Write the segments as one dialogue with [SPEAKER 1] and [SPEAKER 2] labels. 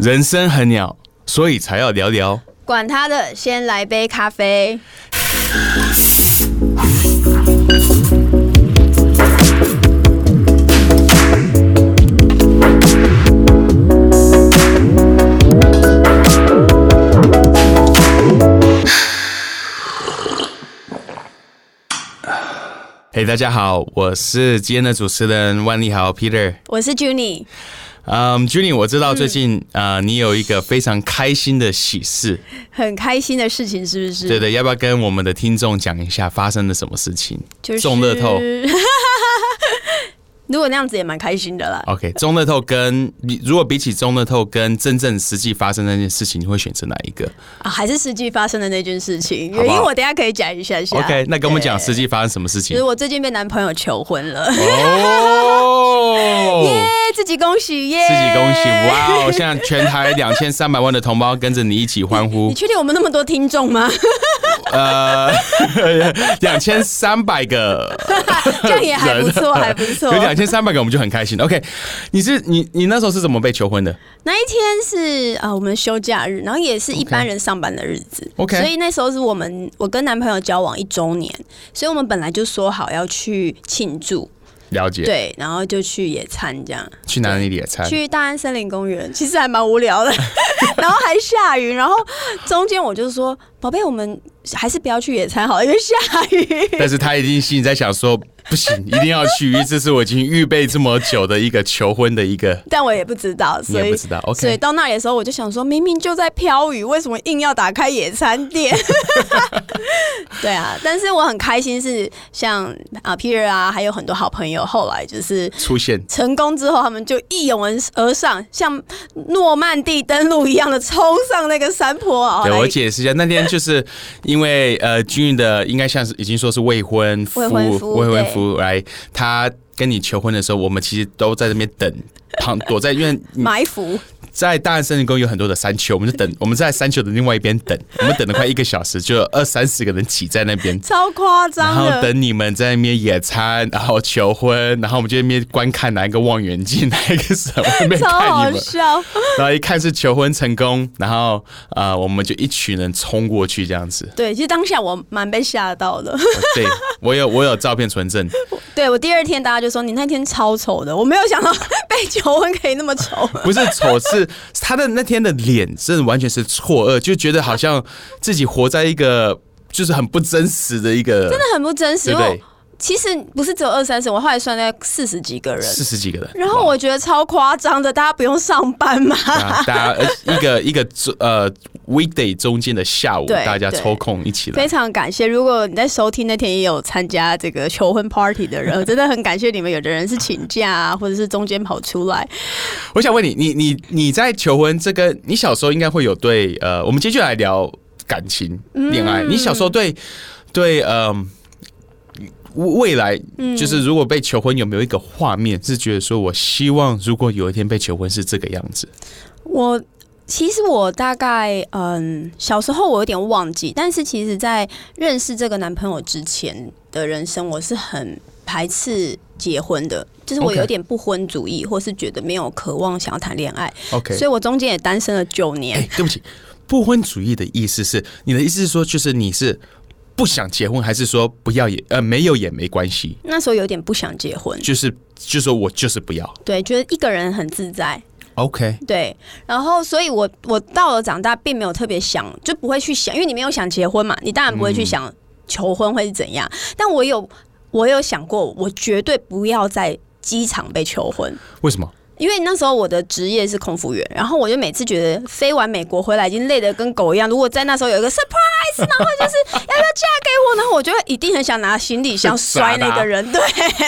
[SPEAKER 1] 人生很鸟，所以才要聊聊。
[SPEAKER 2] 管他的，先来杯咖啡。
[SPEAKER 1] 嘿、大家好，我是今天的主持人万利豪 Peter。
[SPEAKER 2] 我是 Juni，
[SPEAKER 1] 嗯、j u n i 我知道最近、
[SPEAKER 2] 嗯
[SPEAKER 1] 呃，你有一个非常开心的喜事，
[SPEAKER 2] 很开心的事情是不是？
[SPEAKER 1] 对的，要不要跟我们的听众讲一下发生了什么事情？
[SPEAKER 2] 就是
[SPEAKER 1] 中乐透。
[SPEAKER 2] 如果那样子也蛮开心的啦。
[SPEAKER 1] OK，中乐透跟你如果比起中乐透跟真正实际发生的那件事情，你会选择哪一个
[SPEAKER 2] 啊，还是实际发生的那件事情，
[SPEAKER 1] 好
[SPEAKER 2] 原
[SPEAKER 1] 不好
[SPEAKER 2] 因我等一下可以讲一下下。
[SPEAKER 1] ？OK，那跟我们讲
[SPEAKER 2] 对
[SPEAKER 1] 实际发生什么事
[SPEAKER 2] 就
[SPEAKER 1] 情
[SPEAKER 2] 是。我最近被男朋友求婚了，耶、
[SPEAKER 1] 哦。
[SPEAKER 2] 自己恭喜耶！
[SPEAKER 1] 自己恭喜！
[SPEAKER 2] 哎
[SPEAKER 1] 哇哦，现在全台两千三百万的同胞跟着你一起欢呼
[SPEAKER 2] 你，确定我们那么多听众吗？
[SPEAKER 1] 呃，两千三百个
[SPEAKER 2] 这样也还不错，还不
[SPEAKER 1] 有
[SPEAKER 2] 错。
[SPEAKER 1] 两千三百个，我们就很开心。OK，你是你你那时候是怎么被求婚的？
[SPEAKER 2] 那一天是啊、呃我们休假日，然后也是一般人上班的日子。
[SPEAKER 1] OK
[SPEAKER 2] 所以那时候是我们我跟男朋友交往一周年，所以我们本来就说好要去庆祝，
[SPEAKER 1] 了解，
[SPEAKER 2] 对，然后就去野餐这样，
[SPEAKER 1] 去哪里野餐？
[SPEAKER 2] 去大安森林公园，其实还蛮无聊的，然后还下雨，然后中间我就说，宝贝，我们还是不要去野餐好了，因为下雨。
[SPEAKER 1] 但是他已经心里在想说，不行，一定要去，因为这是我已经预备这么久的一个求婚的一个，
[SPEAKER 2] 但我也不知道，
[SPEAKER 1] 你
[SPEAKER 2] 所
[SPEAKER 1] 也
[SPEAKER 2] 以
[SPEAKER 1] 不知道。
[SPEAKER 2] 所以
[SPEAKER 1] OK，
[SPEAKER 2] 到那里的时候，我就想说，明明就在飘雨，为什么硬要打开野餐店？ 对啊，但是我很开心是像啊 Peter 啊，还有很多好朋友，后来就是
[SPEAKER 1] 出现
[SPEAKER 2] 成功之后，他们就一涌而上，像诺曼底登陆一样的冲上那个山坡啊。
[SPEAKER 1] 对，
[SPEAKER 2] 来
[SPEAKER 1] 我解释一下，那天就是因为呃，君宇的应该像是已经说是未婚夫，
[SPEAKER 2] 未婚夫
[SPEAKER 1] 未婚夫来，他跟你求婚的时候，我们其实都在这边等，旁 躲在因为你
[SPEAKER 2] 埋伏，
[SPEAKER 1] 在大安森林公园有很多的山丘，我们就 等，我们在山丘的另外一边等，我们等了快一个小时，就有二三十个人挤在那边。
[SPEAKER 2] 超夸
[SPEAKER 1] 然
[SPEAKER 2] 张
[SPEAKER 1] 后
[SPEAKER 2] 的。
[SPEAKER 1] 等你们在那边野餐，然后求婚，然后我们就在那边观看哪一个望远镜，哪一个什么，在那边
[SPEAKER 2] 超
[SPEAKER 1] 看
[SPEAKER 2] 好
[SPEAKER 1] 你们。
[SPEAKER 2] 笑，
[SPEAKER 1] 然后一看是求婚成功，然后呃，我们就一群人冲过去这样子。
[SPEAKER 2] 对，其实当下我蛮被吓到的。
[SPEAKER 1] 对我有我有照片存证，
[SPEAKER 2] 对我第二天，大家就说你那天超丑的，我没有想到被求婚可以那么 丑。
[SPEAKER 1] 不是丑，是他的那天的脸，真的完全是错愕，就觉得好像自己活在一个就是很不真实的一个，真的
[SPEAKER 2] 真的很不真实。
[SPEAKER 1] 对
[SPEAKER 2] 因
[SPEAKER 1] 不
[SPEAKER 2] 为
[SPEAKER 1] 对？
[SPEAKER 2] 我其实不是只有二三十，我后来算在四十几个人。
[SPEAKER 1] 四十几个人，
[SPEAKER 2] 然后我觉得超夸张的，大家不用上班嘛？
[SPEAKER 1] 哇啊大家呃一个一个呃 weekday 中间的下午，
[SPEAKER 2] 对
[SPEAKER 1] 大家
[SPEAKER 2] 对
[SPEAKER 1] 抽空一起来
[SPEAKER 2] 非。常感谢，如果你在收听那天也有参加这个求婚 party 的人，真的很感谢你们。有的人是请假啊，或者是中间跑出来。
[SPEAKER 1] 我想问你，你你你在求婚这个，你小时候应该会有对呃，我们接下来聊感情、恋爱。你小时候对对嗯、未来，就是如果被求婚，有没有一个画面是觉得说我希望如果有一天被求婚是这个样子？
[SPEAKER 2] 我其实我大概嗯，小时候我有点忘记，但是其实在认识这个男朋友之前的人生，我是很排斥结婚的，就是我
[SPEAKER 1] OK
[SPEAKER 2] 有点不婚主义，或是觉得没有渴望想要谈恋爱
[SPEAKER 1] OK
[SPEAKER 2] 所以我中间也单身了九年。
[SPEAKER 1] 哎、对不起，不婚主义的意思是你的意思是说，就是你是不想结婚，还是说不要也呃没有也没关系？
[SPEAKER 2] 那时候有点不想结婚，
[SPEAKER 1] 就是就说我就是不要。
[SPEAKER 2] 对，觉得一个人很自在，
[SPEAKER 1] OK，
[SPEAKER 2] 对，然后所以我我到了长大，并没有特别想，就不会去想，因为你没有想结婚嘛，你当然不会去想求婚会是怎样。但我有我有想过，我绝对不要在机场被求婚。
[SPEAKER 1] 为什么？
[SPEAKER 2] 因为那时候我的职业是空服员，然后我就每次觉得飞完美国回来已经累得跟狗一样。如果在那时候有一个 surprise，然后就是要不要嫁给我，然后我就会一定很想拿行李箱摔那个人，对，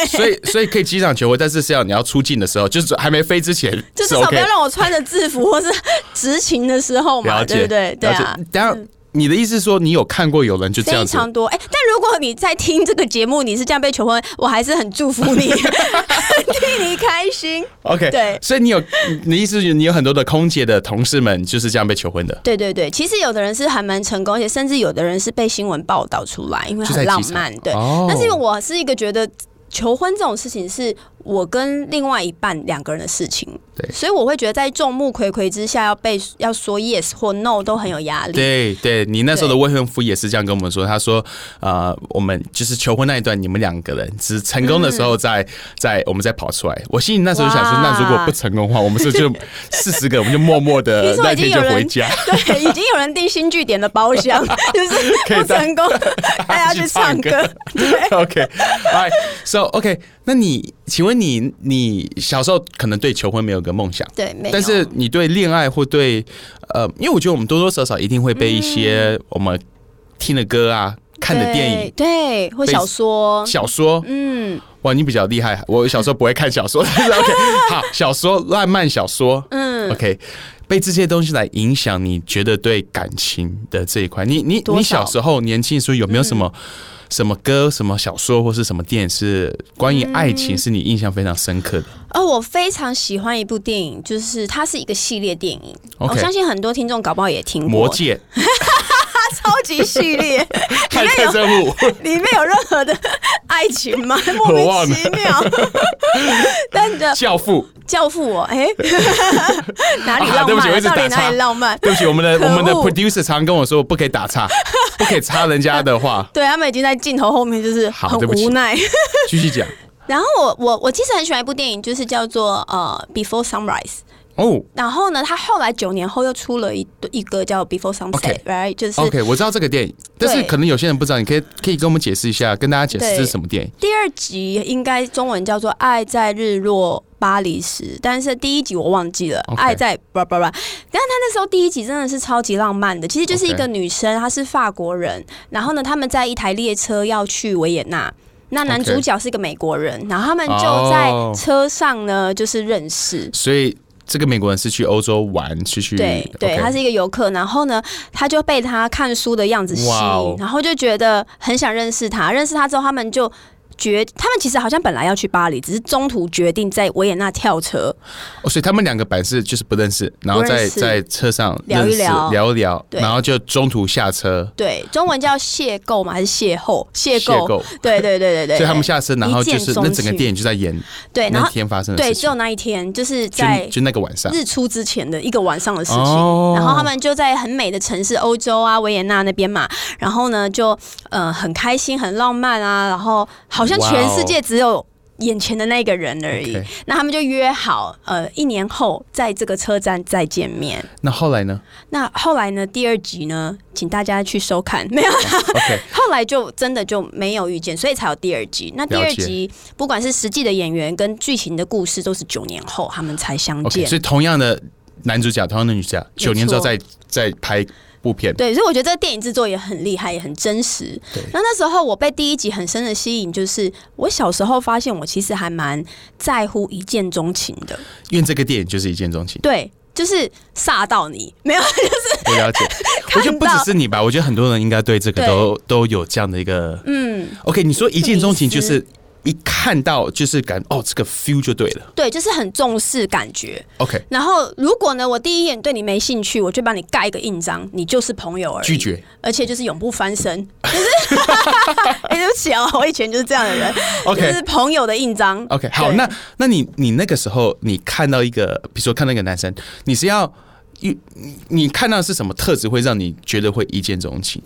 [SPEAKER 1] 所以所以可以机场求婚，但是是要你要出境的时候，就是还没飞之 前
[SPEAKER 2] 就至少不
[SPEAKER 1] OK
[SPEAKER 2] 要。让我穿着制服或是执勤的时候嘛，
[SPEAKER 1] 了
[SPEAKER 2] 对
[SPEAKER 1] 解，
[SPEAKER 2] 不对？对啊
[SPEAKER 1] 了解。，等一下你的意思是说，你有看过有人就这样
[SPEAKER 2] 非
[SPEAKER 1] 子？
[SPEAKER 2] 常多哎、但如果你在听这个节目，你是这样被求婚，我还是很祝福你， 替你开心。
[SPEAKER 1] OK，
[SPEAKER 2] 对
[SPEAKER 1] 所以你有你的意思，是你有很多的空姐的同事们就是这样被求婚的，
[SPEAKER 2] 对对对，其实有的人是还蛮成功，而且甚至有的人是被新闻报道出来，因为
[SPEAKER 1] 就在
[SPEAKER 2] 很
[SPEAKER 1] 机
[SPEAKER 2] 浪
[SPEAKER 1] 场
[SPEAKER 2] 漫。对，
[SPEAKER 1] 哦
[SPEAKER 2] 但是因为我是一个觉得求婚这种事情是我跟另外一半两个人的事情。
[SPEAKER 1] 对
[SPEAKER 2] 所以我会觉得在众目睽睽之下，要被要说 yes 或 no 都很有压力。
[SPEAKER 1] 对对，你那时候的未婚夫也是这样跟我们说，他说，呃，我们就是求婚那一段，你们两个人只成功的时候
[SPEAKER 2] 嗯
[SPEAKER 1] 在、在我们再跑出来。我心里那时候就想说，
[SPEAKER 2] 哇
[SPEAKER 1] 那如果不成功的话，我们是不 是就四十个，我们就默默的
[SPEAKER 2] 听说
[SPEAKER 1] 那
[SPEAKER 2] 已经
[SPEAKER 1] 天就
[SPEAKER 2] 有人
[SPEAKER 1] 回家。
[SPEAKER 2] 对，已经有人订新据点的包 厢，就是
[SPEAKER 1] 可以
[SPEAKER 2] 不
[SPEAKER 1] 带
[SPEAKER 2] 成 功，大家去唱歌。
[SPEAKER 1] OK，哎，So OK，那你请问你你小时候可能对求婚没有个梦想？
[SPEAKER 2] 对，没有。
[SPEAKER 1] 但是你对恋爱或对呃，因为我觉得我们多多少少一定会被一些我们听的歌啊、看的电影、
[SPEAKER 2] 嗯对，对或
[SPEAKER 1] 被
[SPEAKER 2] 小说，
[SPEAKER 1] 小说，
[SPEAKER 2] 嗯
[SPEAKER 1] 哇，你比较厉害。我小时候不会看小说， 但是 OK，好，小说、浪漫小说
[SPEAKER 2] 嗯，
[SPEAKER 1] ，OK，被这些东西来影响，你觉得对感情的这一块，你你
[SPEAKER 2] 多少嗯
[SPEAKER 1] 你小时候年轻的时候有没有什么、什么歌、什么小说或是什么电影是关于爱
[SPEAKER 2] 嗯
[SPEAKER 1] 情是你印象非常深刻的
[SPEAKER 2] 哦，我非常喜欢一部电影，就是它是一个系列电影，我
[SPEAKER 1] ？OK，
[SPEAKER 2] 相信很多听众搞不好也听
[SPEAKER 1] 《
[SPEAKER 2] 过
[SPEAKER 1] 魔 戒
[SPEAKER 2] 超级 系列，》
[SPEAKER 1] 汉克任务，
[SPEAKER 2] 里面有任何的爱情吗？莫
[SPEAKER 1] 我忘
[SPEAKER 2] 名
[SPEAKER 1] 了
[SPEAKER 2] 其妙。 但你的
[SPEAKER 1] 《教父》。
[SPEAKER 2] 教父我， 哎、哪里
[SPEAKER 1] 啊
[SPEAKER 2] 浪
[SPEAKER 1] 对不起我
[SPEAKER 2] 漫？
[SPEAKER 1] 一直
[SPEAKER 2] 到底
[SPEAKER 1] 打岔
[SPEAKER 2] 哪里浪漫？
[SPEAKER 1] 对不起，我们的
[SPEAKER 2] 可
[SPEAKER 1] 我
[SPEAKER 2] 恶
[SPEAKER 1] 们的 producer 常跟我说，不可以打岔，不可以插人家的 话，
[SPEAKER 2] 对他们已经在镜头后面，就是
[SPEAKER 1] 好
[SPEAKER 2] 很
[SPEAKER 1] 对不起
[SPEAKER 2] 无奈。
[SPEAKER 1] 继续讲。
[SPEAKER 2] 然后我我我其实很喜欢一部电影，就是叫做呃《Before Sunrise》。
[SPEAKER 1] 哦、
[SPEAKER 2] 然后呢，他后来九年后又出了一一个叫《Before Sunset
[SPEAKER 1] OK》
[SPEAKER 2] ，right？就是
[SPEAKER 1] o k 我知道这个电影，但是
[SPEAKER 2] 对
[SPEAKER 1] 可能有些人不知道，你可以可以跟我们解释一下，跟大家解释
[SPEAKER 2] 对
[SPEAKER 1] 这是什么电影。
[SPEAKER 2] 第二集应该中文叫做《爱在日落巴黎时》，但是第一集我忘记了，
[SPEAKER 1] OK
[SPEAKER 2] 爱在叭叭叭。但是他那时候第一集真的是超级浪漫的，其实就是
[SPEAKER 1] OK
[SPEAKER 2] 一个女生，她是法国人，然后呢，他们在一台列车要去维也纳。那男
[SPEAKER 1] OK
[SPEAKER 2] 主角是个美国人然后他们就在
[SPEAKER 1] 哦
[SPEAKER 2] 车上呢就是认识。
[SPEAKER 1] 所以这个美国人是去欧洲玩，是去
[SPEAKER 2] 对对，
[SPEAKER 1] 嗯 OK
[SPEAKER 2] 他是一个游客，然后呢，他就被他看书的样子吸
[SPEAKER 1] 哇哦
[SPEAKER 2] 引，然后就觉得很想认识他。认识他之后，他们就决，他们其实好像本来要去巴黎，只是中途决定在维也纳跳车。
[SPEAKER 1] 哦，所以他们两个本来是就是不认识，然后
[SPEAKER 2] 不
[SPEAKER 1] 在
[SPEAKER 2] 认识
[SPEAKER 1] 在车上
[SPEAKER 2] 聊一
[SPEAKER 1] 认识
[SPEAKER 2] 聊
[SPEAKER 1] 聊一聊，
[SPEAKER 2] 对
[SPEAKER 1] 然后就中途下车
[SPEAKER 2] 对，中文叫邂逅嘛，还是邂逅？邂
[SPEAKER 1] 邂
[SPEAKER 2] 逅。
[SPEAKER 1] 逅，
[SPEAKER 2] 对对对对对。
[SPEAKER 1] 所以他们下车，然后就是
[SPEAKER 2] 一见钟
[SPEAKER 1] 那
[SPEAKER 2] 情
[SPEAKER 1] 整个电影就在演
[SPEAKER 2] 对，然
[SPEAKER 1] 那
[SPEAKER 2] 后
[SPEAKER 1] 天发生的
[SPEAKER 2] 对，
[SPEAKER 1] 事
[SPEAKER 2] 只
[SPEAKER 1] 情，
[SPEAKER 2] 有那一天，就是在
[SPEAKER 1] 就就那个晚上。
[SPEAKER 2] 日出之前的一个晚上的事情。
[SPEAKER 1] 哦
[SPEAKER 2] 然后他们就在很美的城市欧洲啊，维也纳那边嘛，然后呢就呃很开心、很浪漫啊，然后好像
[SPEAKER 1] 哇哦
[SPEAKER 2] 全世界只有眼前的那个人而已。
[SPEAKER 1] OK
[SPEAKER 2] 那他们就约好，呃，一年后在这个车站再见面。
[SPEAKER 1] 那后来 呢
[SPEAKER 2] 那后来呢？第二集呢，请大家去收看。没有，
[SPEAKER 1] ？OK，
[SPEAKER 2] 后来就真的就没有遇见，所以才有第二集。那第二
[SPEAKER 1] 了解
[SPEAKER 2] 集不管是实际的演员跟剧情的故事，都是九年后他们才相
[SPEAKER 1] OK，
[SPEAKER 2] 见。
[SPEAKER 1] 所以同样的男主角，同样的女主角，九年之后再再拍一部片，
[SPEAKER 2] 对，所以我觉得这个电影制作也很厉害，也很真实
[SPEAKER 1] 对。
[SPEAKER 2] 那那时候我被第一集很深的吸引，就是我小时候发现我其实还蛮在乎一见钟情的，
[SPEAKER 1] 因为这个电影就是一见钟情。
[SPEAKER 2] 对，就是煞到你没有，
[SPEAKER 1] 我了解，我觉得不只是你吧，我觉得很多人应该对这个
[SPEAKER 2] 对
[SPEAKER 1] 都都有这样的一个
[SPEAKER 2] 嗯，
[SPEAKER 1] OK。你说一见钟情
[SPEAKER 2] 这个
[SPEAKER 1] 就
[SPEAKER 2] 意思
[SPEAKER 1] 是一看到就是感哦，这个 feel 就对了。
[SPEAKER 2] 对，就是很重视感觉。
[SPEAKER 1] OK，
[SPEAKER 2] 然后如果呢，我第一眼对你没兴趣，我就把你盖一个印章，你就是朋友而已，
[SPEAKER 1] 拒绝，
[SPEAKER 2] 而且就是永不翻身。就是， 哎、对不起哦，我以前就是这样的人
[SPEAKER 1] OK
[SPEAKER 2] 就是朋友的印章。
[SPEAKER 1] OK，好，
[SPEAKER 2] 对
[SPEAKER 1] 那那你你那个时候你看到一个，比如说看到一个男生，你是要你你你看到的是什么特质会让你觉得会一见钟情？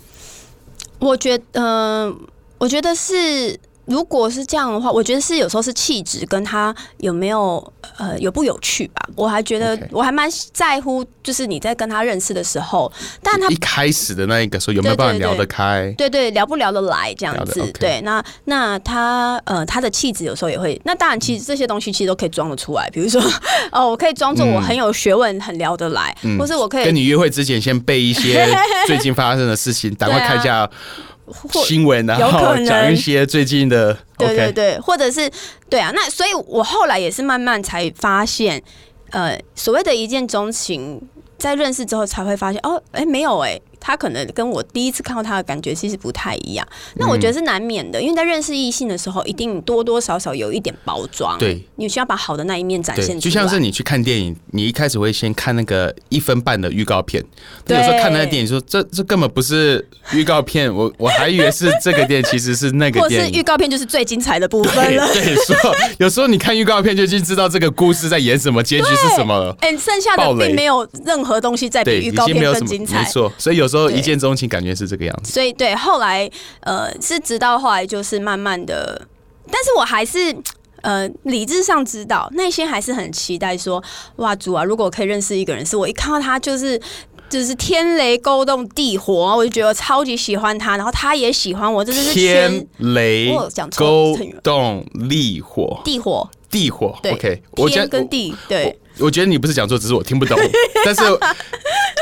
[SPEAKER 2] 我觉得，嗯、我觉得是，如果是这样的话，我觉得是有时候是气质跟他有没有呃有不有趣吧。我还觉得
[SPEAKER 1] OK
[SPEAKER 2] 我还蛮在乎，就是你在跟他认识的时候，但他
[SPEAKER 1] 一开始的那一个时候有没有
[SPEAKER 2] 对
[SPEAKER 1] 办法
[SPEAKER 2] 对
[SPEAKER 1] 聊
[SPEAKER 2] 对
[SPEAKER 1] 得开？
[SPEAKER 2] 对对聊不聊得来这样
[SPEAKER 1] 聊得
[SPEAKER 2] 子。
[SPEAKER 1] OK
[SPEAKER 2] 对，那那他呃他的气质有时候也会，那当然其实这些东西其实都可以装得出来，比如说 哦，我可以装作
[SPEAKER 1] 嗯
[SPEAKER 2] 我很有学问，很聊得来，或是我可
[SPEAKER 1] 跟
[SPEAKER 2] 以
[SPEAKER 1] 你约会之前，先背一些 最近发生的事情，赶快
[SPEAKER 2] 对啊
[SPEAKER 1] 看一下
[SPEAKER 2] 或
[SPEAKER 1] 新闻，然
[SPEAKER 2] 有可
[SPEAKER 1] 后
[SPEAKER 2] 能
[SPEAKER 1] 讲一些最近的。
[SPEAKER 2] 对对
[SPEAKER 1] OK，
[SPEAKER 2] 对，或者是对啊，那所以我后来也是慢慢才发现，呃，所谓的一见钟情，在认识之后才会发现，哦，哎、没有哎、他可能跟我第一次看到他的感觉其实不太一样。那我觉得是难免的，因为在认识异性的时候，一定多多少少有一点包装。
[SPEAKER 1] 对，
[SPEAKER 2] 你需要把好的那一面展现出
[SPEAKER 1] 对，
[SPEAKER 2] 来。
[SPEAKER 1] 就像是你去看电影，你一开始会先看那个一分半的预告片，那有时候
[SPEAKER 2] 对
[SPEAKER 1] 看那个电影说这这根本不是预告片，我 我还以为是这个电影，其实是那个
[SPEAKER 2] 或
[SPEAKER 1] 电
[SPEAKER 2] 是预
[SPEAKER 1] 影。
[SPEAKER 2] 告片就是最精彩的部 分
[SPEAKER 1] 对
[SPEAKER 2] 了。
[SPEAKER 1] 对，说有时候你看预告片就已经知道这个故事在演什么，结局是什么了。
[SPEAKER 2] 哎、剩下的
[SPEAKER 1] 爆雷
[SPEAKER 2] 并没有任何东西再比
[SPEAKER 1] 对，
[SPEAKER 2] 预
[SPEAKER 1] 已
[SPEAKER 2] 告
[SPEAKER 1] 经
[SPEAKER 2] 片
[SPEAKER 1] 没有
[SPEAKER 2] 更
[SPEAKER 1] 什么，
[SPEAKER 2] 精彩
[SPEAKER 1] 没。错。所以有时候
[SPEAKER 2] 对
[SPEAKER 1] 一见钟情，感觉是这个样子。
[SPEAKER 2] 所以对，后来呃是直到后来就是慢慢的，但是我还是。呃，理智上知道，内心还是很期待说，哇，主啊，如果我可以认识一个人，是我一看到他就是就是天雷勾动地火，我就觉得我超级喜欢他，然后他也喜欢我，这就是
[SPEAKER 1] 天
[SPEAKER 2] 全
[SPEAKER 1] 雷
[SPEAKER 2] 我有讲错
[SPEAKER 1] 勾
[SPEAKER 2] 成语
[SPEAKER 1] 动力火，
[SPEAKER 2] 地火，
[SPEAKER 1] 地火。
[SPEAKER 2] 对
[SPEAKER 1] OK，我觉
[SPEAKER 2] 天
[SPEAKER 1] 得
[SPEAKER 2] 跟地，对，
[SPEAKER 1] 我我觉得你不是讲错，只是我听不懂，但 是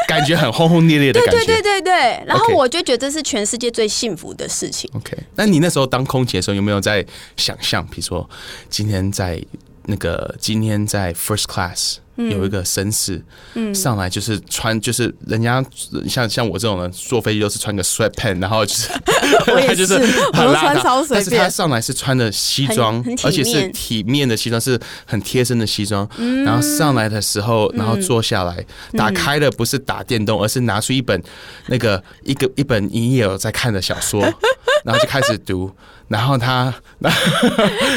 [SPEAKER 1] 感觉很轰轰烈烈的感
[SPEAKER 2] 对对
[SPEAKER 1] 觉。
[SPEAKER 2] 对对，然后
[SPEAKER 1] OK
[SPEAKER 2] 我就觉得这是全世界最幸福的事情。
[SPEAKER 1] OK，那你那时候当空姐的时候，有没有在想象，比如说今天在那个今天在 First Class
[SPEAKER 2] 嗯
[SPEAKER 1] 有一个绅士，上来就是穿就是人家像像我这种人坐飞机都是穿个 sweat pant，然后就是
[SPEAKER 2] 我也
[SPEAKER 1] 他就是很
[SPEAKER 2] 我都
[SPEAKER 1] 邋
[SPEAKER 2] 穿
[SPEAKER 1] 遢
[SPEAKER 2] 超随
[SPEAKER 1] 但是他
[SPEAKER 2] 便
[SPEAKER 1] 上来是穿的西
[SPEAKER 2] 很
[SPEAKER 1] 装
[SPEAKER 2] 很，体
[SPEAKER 1] 而且是
[SPEAKER 2] 面嗯
[SPEAKER 1] 体面的西装，是很贴身的西装。然后上来的时候，然后坐下来，打开的不是打电动，而是拿出一本那个一个一本你也有在看的小 说，然后就开始读。然后他，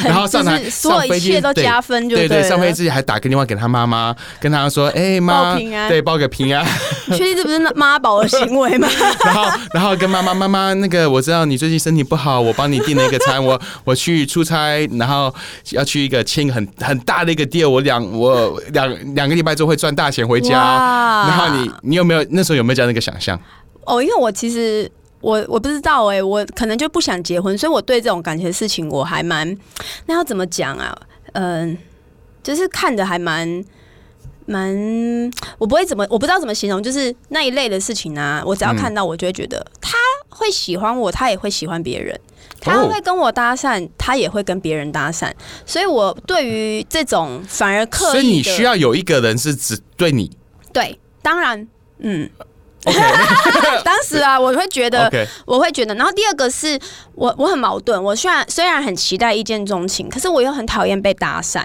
[SPEAKER 1] 然后上台
[SPEAKER 2] 就是所有
[SPEAKER 1] 上飞
[SPEAKER 2] 一
[SPEAKER 1] 机
[SPEAKER 2] 切都
[SPEAKER 1] 对
[SPEAKER 2] 加分就
[SPEAKER 1] 对
[SPEAKER 2] 对了
[SPEAKER 1] 上飞机还打个电话给他妈妈，跟他说：“哎妈，
[SPEAKER 2] 报平安
[SPEAKER 1] 对，报个平安。”
[SPEAKER 2] 确定这不是妈宝的行为吗？
[SPEAKER 1] 然后，然后跟妈妈，妈妈，那个我知道你最近身体不好，我帮你订了一个餐，我 我去出差，然后要去一个签一个很很大的一个 deal，我两我两两个礼拜之后会赚大钱回家。
[SPEAKER 2] 哇
[SPEAKER 1] 然后你你有没有那时候有没有这样的一个想象？
[SPEAKER 2] 哦，因为我其实我我不知道哎、我可能就不想结婚，所以我对这种感情的事情我还蛮……那要怎么讲啊？嗯、就是看着还蛮。蛮，我不会怎么，我不知道怎么形容，就是那一类的事情啊，我
[SPEAKER 1] 嗯
[SPEAKER 2] 只要看到，我就会觉得、他会喜欢我，他也会喜欢别人，他
[SPEAKER 1] 哦
[SPEAKER 2] 会跟我搭讪，他也会跟别人搭讪，所以我对于这种反而刻意的，
[SPEAKER 1] 所以你需要有一个人是只对 你。
[SPEAKER 2] 对，当然，嗯，
[SPEAKER 1] OK
[SPEAKER 2] 当时啊，我会觉 得
[SPEAKER 1] OK，
[SPEAKER 2] 我会觉得，然后第二个是我我很矛盾，我虽然虽然很期待一见钟情，可是我又很讨厌被搭讪。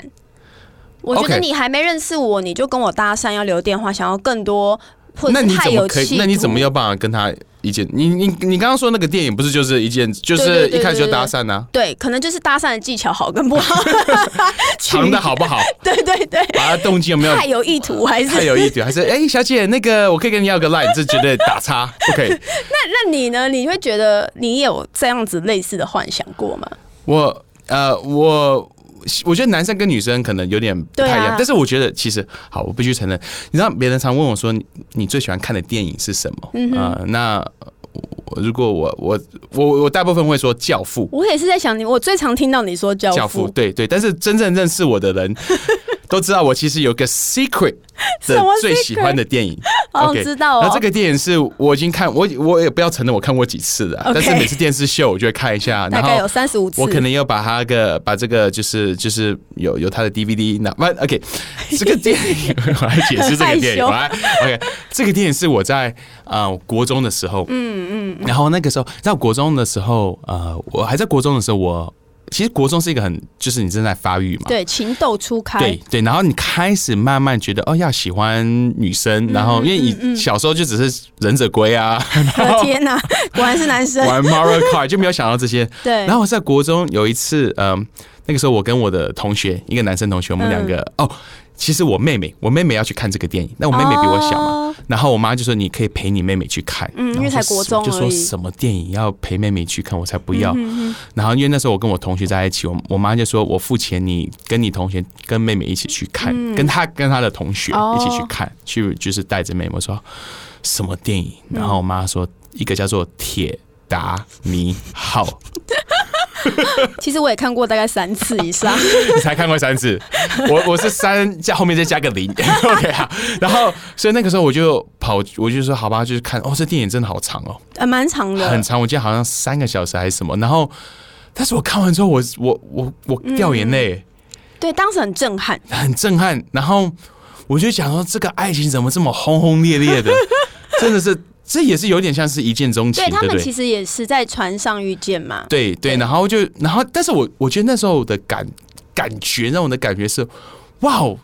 [SPEAKER 2] 我觉得
[SPEAKER 1] OK
[SPEAKER 2] 你还没认识我，你就跟我搭讪，要留电话，想要更多，或者
[SPEAKER 1] 那
[SPEAKER 2] 是
[SPEAKER 1] 你
[SPEAKER 2] 太
[SPEAKER 1] 怎
[SPEAKER 2] 有
[SPEAKER 1] 么可以？
[SPEAKER 2] 气。
[SPEAKER 1] 那你怎么？有办法跟他一见？你你你刚刚说那个电影不是就是一见，就
[SPEAKER 2] 对对
[SPEAKER 1] 是
[SPEAKER 2] 对
[SPEAKER 1] 一开始就
[SPEAKER 2] 对对
[SPEAKER 1] 搭讪啊，
[SPEAKER 2] 对，可能就是搭讪的技巧好跟不 好，
[SPEAKER 1] 藏的好不 好？
[SPEAKER 2] 对对对，
[SPEAKER 1] 把他动机有没有
[SPEAKER 2] 太有意图还是
[SPEAKER 1] 太有意思，还是哎、小姐，那个我可以跟你要个 line，这绝对打 叉，不可以。
[SPEAKER 2] 那你呢？你会觉得你有这样子类似的幻想过吗？
[SPEAKER 1] 我呃，我我觉得男生跟女生可能有点不太一样，
[SPEAKER 2] 对啊
[SPEAKER 1] 但是我觉得其实好，我必须承认，你知道别人常问我说你你最喜欢看的电影是什么？嗯、呃，那我我如果我我我我大部分会说《教父》。
[SPEAKER 2] 我也是在想你，我最常听到你说教父，
[SPEAKER 1] 教父，对对，但是真正认识我的 人都知道，我其实有个 secret
[SPEAKER 2] 什
[SPEAKER 1] 的
[SPEAKER 2] 么
[SPEAKER 1] 最喜欢的电影。
[SPEAKER 2] 哦
[SPEAKER 1] OK，
[SPEAKER 2] 知道哦
[SPEAKER 1] 那这个电影是我已经看，我我也不要承认我看过几次了啊
[SPEAKER 2] OK
[SPEAKER 1] 但是每次电视秀我就会看一下，
[SPEAKER 2] 大
[SPEAKER 1] 然
[SPEAKER 2] 概有
[SPEAKER 1] 后。
[SPEAKER 2] 三十五次。
[SPEAKER 1] 我可能要把它个把这个就是就是有有它的 DVD 拿不 OK，这个电影我来解释这个电影，
[SPEAKER 2] 很
[SPEAKER 1] 我
[SPEAKER 2] 害
[SPEAKER 1] 来 OK，这个电影是我在啊国中的时候，嗯嗯，然后那个时候在国中的时候，呃，我还在国中的时候，我其实国中是一个很就是你正在发育嘛，
[SPEAKER 2] 对情窦初开，
[SPEAKER 1] 对对，然后你开始慢慢觉得哦，要喜欢女生，然后因为你小时候就只是忍者龟啊， 然
[SPEAKER 2] 我
[SPEAKER 1] 后
[SPEAKER 2] 天哪，果然是男生。
[SPEAKER 1] 玩 Mario Kart 就没有想到这些。
[SPEAKER 2] 对，
[SPEAKER 1] 然后我在国中有一次，嗯，那个时候我跟我的同学，一个男生同学，我们两个、
[SPEAKER 2] 嗯
[SPEAKER 1] 哦，其实我妹妹，我妹妹要去看这个电影，那我妹妹比我小嘛，
[SPEAKER 2] 哦
[SPEAKER 1] 然后我妈就说你可以陪你妹妹去看，
[SPEAKER 2] 嗯
[SPEAKER 1] 然后
[SPEAKER 2] 因为才国中
[SPEAKER 1] 就
[SPEAKER 2] 而
[SPEAKER 1] 说
[SPEAKER 2] 已
[SPEAKER 1] 什么电影要陪妹妹去看，我才不要。然后因为那时候我跟我同学在一起，我我妈就说我付钱，你跟你同学跟妹妹一起去看，跟她跟她的同学
[SPEAKER 2] 哦
[SPEAKER 1] 一起去看，去就是带着妹妹。我说什么电影？然后我妈说一个叫做《铁达尼号》，
[SPEAKER 2] 其实我也看过大概三次 以上。
[SPEAKER 1] 你才看过三次，我我是三加后面再加个零，OK 啊。然后所以那个时候我就跑，我就说好吧，就是看哦，这电影真的好长哦。
[SPEAKER 2] 呃，蛮长的，
[SPEAKER 1] 很长，我记得好像三个小时还是什么。然后，但是我看完之后，我我我我掉眼
[SPEAKER 2] 嗯
[SPEAKER 1] 泪，
[SPEAKER 2] 对，当时很震撼，
[SPEAKER 1] 很震 撼。然后我就想说，这个爱情怎么这么轰轰烈烈的？真的是这也是有点像是一见钟情，
[SPEAKER 2] 对
[SPEAKER 1] 对
[SPEAKER 2] 他
[SPEAKER 1] 不
[SPEAKER 2] 们
[SPEAKER 1] 对
[SPEAKER 2] 其？实也是在船上遇见嘛。
[SPEAKER 1] 对对，
[SPEAKER 2] 对
[SPEAKER 1] 然后就然后，但是我我觉得那时候的感感觉让我的感觉是，哇哦，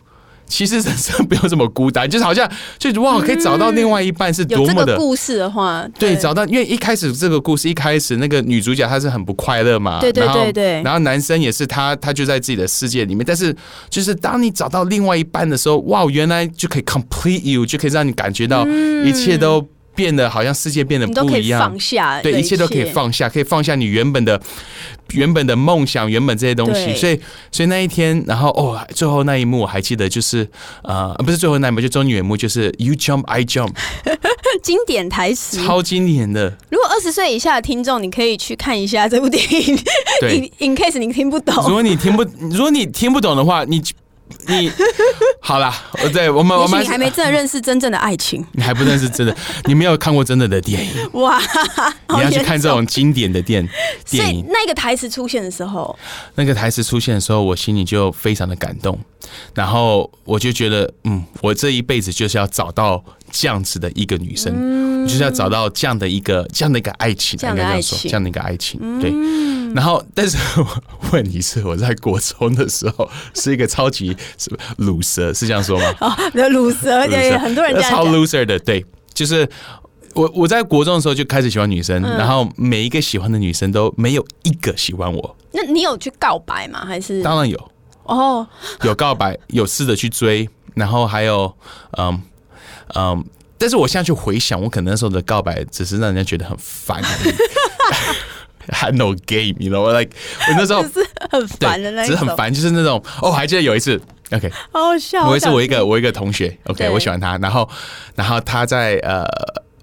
[SPEAKER 1] 其实人生不用这么孤单，就是好像就是哇，可以找到另外一半是
[SPEAKER 2] 嗯有
[SPEAKER 1] 多
[SPEAKER 2] 这
[SPEAKER 1] 么的
[SPEAKER 2] 个故事的话，
[SPEAKER 1] 对，找到，因为一开始这个故事一开始那个女主角她是很不快乐嘛，
[SPEAKER 2] 对对
[SPEAKER 1] 然后
[SPEAKER 2] 对对
[SPEAKER 1] 然后男生也是他，他就在自己的世界里面，但是就是当你找到另外一半的时候，哇，原来就可以 complete you，就可以让你感觉到一切都变得好像世界变得
[SPEAKER 2] 你嗯都
[SPEAKER 1] 不
[SPEAKER 2] 可
[SPEAKER 1] 一
[SPEAKER 2] 以
[SPEAKER 1] 样
[SPEAKER 2] 放，下，
[SPEAKER 1] 对，一切都可以。放下，可以放下你原本的原本的梦想，原本这些东西。
[SPEAKER 2] 对
[SPEAKER 1] 所以，所以那一天，然后哦，最后那一幕我还记得，就是呃，不是最后那一幕，就终于有一幕，就是 you jump I jump，
[SPEAKER 2] 经典台词。
[SPEAKER 1] 超经典的，
[SPEAKER 2] 如果二十岁以下的听众，你可以去看一下这部电影。
[SPEAKER 1] 对。
[SPEAKER 2] in in case 你听不懂，
[SPEAKER 1] 如果你听不，如果你听不懂的话，你你好啦，呃对我们我
[SPEAKER 2] 也许
[SPEAKER 1] 们
[SPEAKER 2] 你还没真的认识真正的爱 情。
[SPEAKER 1] 你还不认识真的，你没有看过真的的电影，
[SPEAKER 2] 哇，
[SPEAKER 1] 你
[SPEAKER 2] 好
[SPEAKER 1] 要
[SPEAKER 2] 严
[SPEAKER 1] 去看这种经典的电
[SPEAKER 2] 所
[SPEAKER 1] 电
[SPEAKER 2] 以
[SPEAKER 1] 影。
[SPEAKER 2] 那个台词出现的时候，
[SPEAKER 1] 那个台词出现的时候，我心里就非常的感动，然后我就觉得，嗯，我这一辈子就是要找到这样子的一个女生，就是要找到这样的一个这样的一个爱情，
[SPEAKER 2] 嗯这样的
[SPEAKER 1] 应该
[SPEAKER 2] 爱
[SPEAKER 1] 说
[SPEAKER 2] 情嗯
[SPEAKER 1] 这样的一个爱情，对。然后，但是我问你是我在国中的时候是一个超级是卤蛇，是这样说吗？
[SPEAKER 2] 哦，鲁蛇，对，很多人这样
[SPEAKER 1] 超
[SPEAKER 2] 讲。
[SPEAKER 1] loser 的，对，就是我我在国中的时候就开始喜欢女生，
[SPEAKER 2] 嗯
[SPEAKER 1] 然后每一个喜欢的女生都没有一个喜欢我，
[SPEAKER 2] 那你有去告白吗？还是
[SPEAKER 1] 当然有
[SPEAKER 2] 哦，
[SPEAKER 1] 有告白，有试着去追，然后还有嗯嗯，但是我现在去回想，我可能那时候的告白只是让人家觉得很烦而已。Had no game，you know，like 我那时候
[SPEAKER 2] 就是很烦的那
[SPEAKER 1] 对，
[SPEAKER 2] 一
[SPEAKER 1] 只
[SPEAKER 2] 种，
[SPEAKER 1] 是很烦，就是那种哦，我还记得有一次，OK，
[SPEAKER 2] 好好笑。
[SPEAKER 1] 我也是
[SPEAKER 2] 好
[SPEAKER 1] 我
[SPEAKER 2] 想
[SPEAKER 1] 一个我一个同学，OK，
[SPEAKER 2] 对
[SPEAKER 1] 我喜欢他，然后然后他在呃，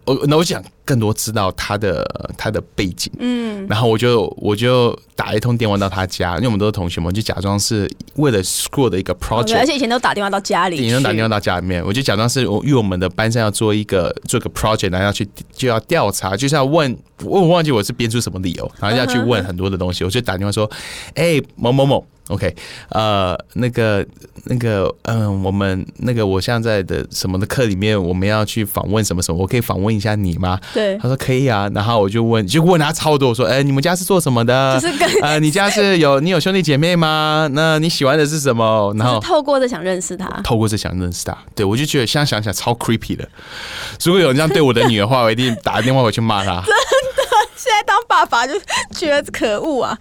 [SPEAKER 1] 我那我想更多知道他的他的背景，嗯，然后我就我就打一通电话到他家，因为我们都是同学嘛，我就假装是为了 school 的一个
[SPEAKER 2] 哦对
[SPEAKER 1] project
[SPEAKER 2] 而。且以前都打电话到家里去，
[SPEAKER 1] 你能打电话到家里面，我就假装是我因为我们的班上要做一个做个 project，然后要去就要调查，就是要问，我我忘记我是编出什么理由，然后要去问很多的东西，我就打电话说，哎、某某某。OK，呃，那个、那个，嗯，我们那个我现在的什么的课里面，我们要去访问什么什么，我可以访问一下你吗？
[SPEAKER 2] 对
[SPEAKER 1] 他，说可以啊，然后我就问，就问他超多，我说，哎、你们家是做什么的？
[SPEAKER 2] 就是跟
[SPEAKER 1] 呃，你家是有你有兄弟姐妹吗？那你喜欢的是什么？ 然
[SPEAKER 2] 就
[SPEAKER 1] 后
[SPEAKER 2] 是透过这想认 识他。
[SPEAKER 1] 透过这想认识他。对我就觉得现在想起来超 creepy 的。如果有人这样对我的女儿的话，我一定打电话回去骂 他。
[SPEAKER 2] 现在当爸爸就觉得可 恶啊，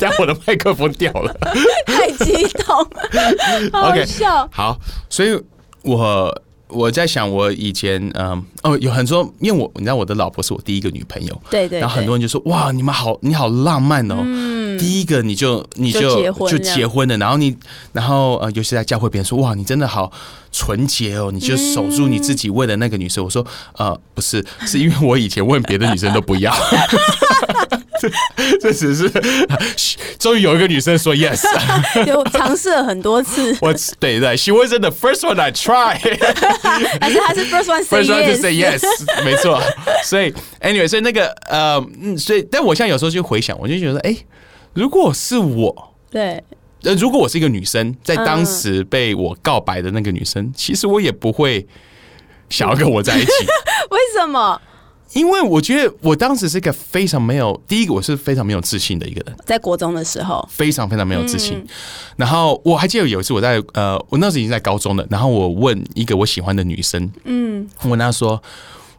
[SPEAKER 1] 但我的麦克风掉了。
[SPEAKER 2] 太激 动了，好好
[SPEAKER 1] OK
[SPEAKER 2] 笑。
[SPEAKER 1] 好，所以我我在想，我以前嗯哦，有很多，因为我你知道我的老婆是我第一个女朋友。
[SPEAKER 2] 对对，
[SPEAKER 1] 然后很
[SPEAKER 2] 对
[SPEAKER 1] 多人就说：“哇，你们好，你好浪漫哦！第一个你就你
[SPEAKER 2] 就
[SPEAKER 1] 就
[SPEAKER 2] 结婚这样
[SPEAKER 1] 结婚了，然后你，然后呃，尤其在教会，别人说：哇，你真的好纯洁哦！你就守住你自己为了那个女生。我说：呃，不是，是因为我以前问别的女生都不要， 这这只是 嘘终于有一个女生说 yes，
[SPEAKER 2] 有尝试了很多次，
[SPEAKER 1] 我对对，she wasn't the first one I tried。”
[SPEAKER 2] 而且他是 first one say
[SPEAKER 1] First one to say
[SPEAKER 2] yes。
[SPEAKER 1] yes，没 错。所以 anyway，所以那个呃，嗯，所以但我现在有时候就回想，我就觉得，哎、如果是我，
[SPEAKER 2] 对，
[SPEAKER 1] 呃，如果我是一个女生，在
[SPEAKER 2] 嗯
[SPEAKER 1] 当时被我告白的那个女生，其实我也不会想要跟我在 一起，
[SPEAKER 2] 为什么
[SPEAKER 1] 因为我觉得我当时是一个非常没有，第一个我是非常没有自信的一个人。
[SPEAKER 2] 在国中的时候？
[SPEAKER 1] 非常非常没有自信。
[SPEAKER 2] 嗯
[SPEAKER 1] 然后我还记得有一次我在呃，我那时已经在高中了，然后我问一个我喜欢的女生，嗯，我问她说，我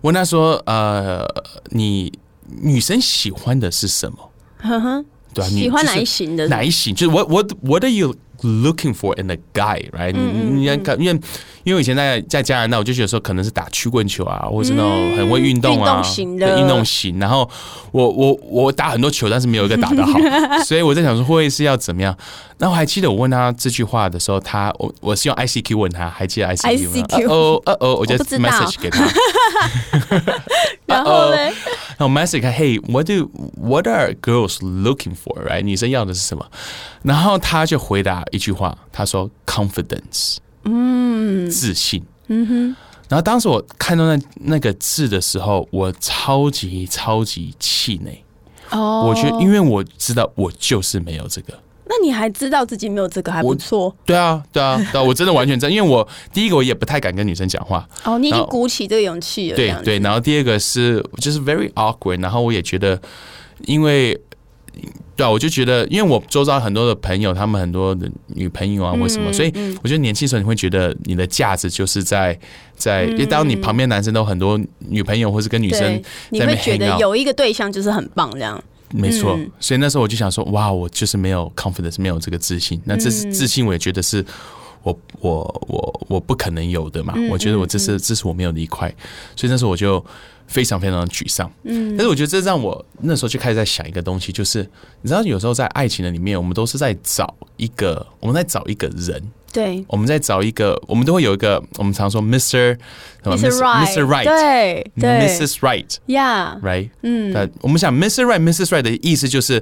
[SPEAKER 1] 问她说，呃，你女生喜欢的是什么？
[SPEAKER 2] 哼哼，
[SPEAKER 1] 对啊，你
[SPEAKER 2] 喜欢
[SPEAKER 1] 就是
[SPEAKER 2] 哪一型的？
[SPEAKER 1] 哪一型？就是 what what what are you looking for in a guy，right？、你你
[SPEAKER 2] 嗯
[SPEAKER 1] 要看，因为因为我以前在在加拿大，我就觉得说可能是打曲棍球啊，或者是那种很会运动啊，
[SPEAKER 2] 嗯运动型的
[SPEAKER 1] 对运动型。然后我我我打很多球，但是没有一个打 得好，所以我在想说会不会是要怎么样？那我还记得我问他这句话的时候，他我我是用 ICQ 问他，还记得 ICQ 吗
[SPEAKER 2] ICQ
[SPEAKER 1] 哦哦哦，我就
[SPEAKER 2] 我不知道
[SPEAKER 1] message 给他。呃
[SPEAKER 2] 然
[SPEAKER 1] 哦
[SPEAKER 2] 后嘞，
[SPEAKER 1] 那我 message 他，Hey, what do what are girls looking for? Right，女生要的是什么？然后他就回答一句话，他说 confidence，嗯，自信，嗯哼。然后当时我看到那那个字的时候，我超级超级气馁，
[SPEAKER 2] 哦
[SPEAKER 1] 我觉得因为我知道我就是没有这个，
[SPEAKER 2] 那你还知道自己没有资格，还不
[SPEAKER 1] 我
[SPEAKER 2] 错
[SPEAKER 1] 对啊，对啊，对啊，我真的完全在，因为我第一个我也不太敢跟女生讲话，
[SPEAKER 2] 哦。你已
[SPEAKER 1] 然
[SPEAKER 2] 经
[SPEAKER 1] 后
[SPEAKER 2] 鼓起这个勇气了，这
[SPEAKER 1] 对
[SPEAKER 2] 样子
[SPEAKER 1] 对，然后第二个是就是 very awkward，然后我也觉得，因为对啊，我就觉得，因为我周遭很多的朋友，他们很多的女朋友啊或什么，
[SPEAKER 2] 嗯
[SPEAKER 1] 所以
[SPEAKER 2] 嗯
[SPEAKER 1] 我觉得年轻的时候你会觉得你的价值就是在在，因为当你旁边男生都很多女朋友或是跟女生
[SPEAKER 2] 嗯对，你
[SPEAKER 1] 在那
[SPEAKER 2] 会
[SPEAKER 1] 边
[SPEAKER 2] 觉
[SPEAKER 1] hang
[SPEAKER 2] 得
[SPEAKER 1] out
[SPEAKER 2] 有一个对象就是很棒这样。
[SPEAKER 1] 没错，
[SPEAKER 2] 嗯
[SPEAKER 1] 所以那时候我就想说，哇，我就是没有 confidence，没有这个自信。那这是、
[SPEAKER 2] 嗯
[SPEAKER 1] 自信，我也觉得是我我我我不可能有的嘛。
[SPEAKER 2] 嗯
[SPEAKER 1] 我觉得我这是、这是我没有的一块，所以那时候我就非常非常的沮丧。嗯，但是我觉得这让我那时候就开始在想一个东西，就是你知道，有时候在爱情的里面，我们都是在找一个，我们在找一个人，
[SPEAKER 2] 对
[SPEAKER 1] 我们在找一个，我们都会有一个，我们常说 Mr. 什么
[SPEAKER 2] ，Mr.
[SPEAKER 1] Mr.
[SPEAKER 2] Right，对对
[SPEAKER 1] Right，Mrs. Right。
[SPEAKER 2] 呀，
[SPEAKER 1] right？嗯，那我们想 Mr. Right、Mrs. Right 的意思就是，